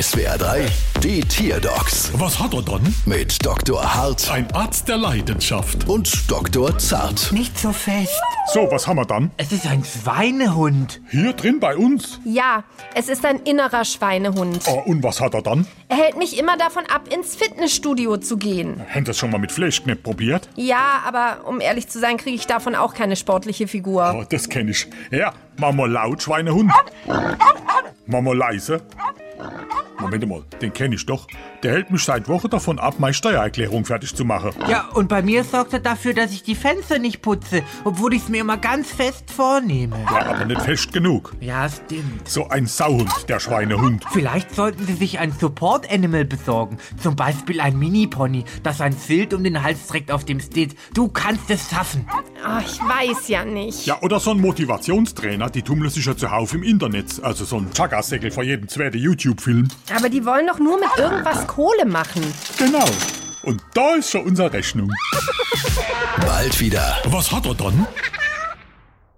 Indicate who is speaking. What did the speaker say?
Speaker 1: SWR 3, die Tierdocs
Speaker 2: Was hat er dann?
Speaker 1: mit Dr. Hart
Speaker 2: Ein Arzt der Leidenschaft.
Speaker 1: und Dr. Zart.
Speaker 3: Nicht so fest.
Speaker 2: So, was haben wir dann?
Speaker 3: Es ist ein Schweinehund.
Speaker 2: Hier drin bei uns.
Speaker 4: Ja, es ist ein innerer Schweinehund.
Speaker 2: Ah, und was hat er dann?
Speaker 4: Er hält mich immer davon ab, ins Fitnessstudio zu gehen.
Speaker 2: Haben das schon mal mit Fleischknepp probiert?
Speaker 4: Ja, aber um ehrlich zu sein, kriege ich davon auch keine sportliche Figur.
Speaker 2: Ah, das kenne ich. Ja, mach mal laut, Schweinehund. Mach mal leise. Moment mal, den kenne ich doch. Der hält mich seit Wochen davon ab, meine Steuererklärung fertig zu machen.
Speaker 3: Ja, und bei mir sorgt er dafür, dass ich die Fenster nicht putze, obwohl ich es mir immer ganz fest vornehme.
Speaker 2: War aber nicht fest genug.
Speaker 3: Ja, stimmt.
Speaker 2: So ein Sauhund, der Schweinehund.
Speaker 3: Vielleicht sollten Sie sich ein Support-Animal besorgen. Zum Beispiel ein Mini-Pony, das ein Schild um den Hals trägt, auf dem steht, du kannst es schaffen.
Speaker 4: Ah, ich weiß ja nicht.
Speaker 2: Ja, oder so ein Motivationstrainer, die tummeln sich ja zuhauf im Internet. Also so ein Chakasäckel vor jedem zweiten YouTube-Film.
Speaker 4: Aber die wollen doch nur mit irgendwas Kohle machen.
Speaker 2: Genau. Und da ist schon unsere Rechnung.
Speaker 1: Bald wieder.
Speaker 2: Was hat er dann?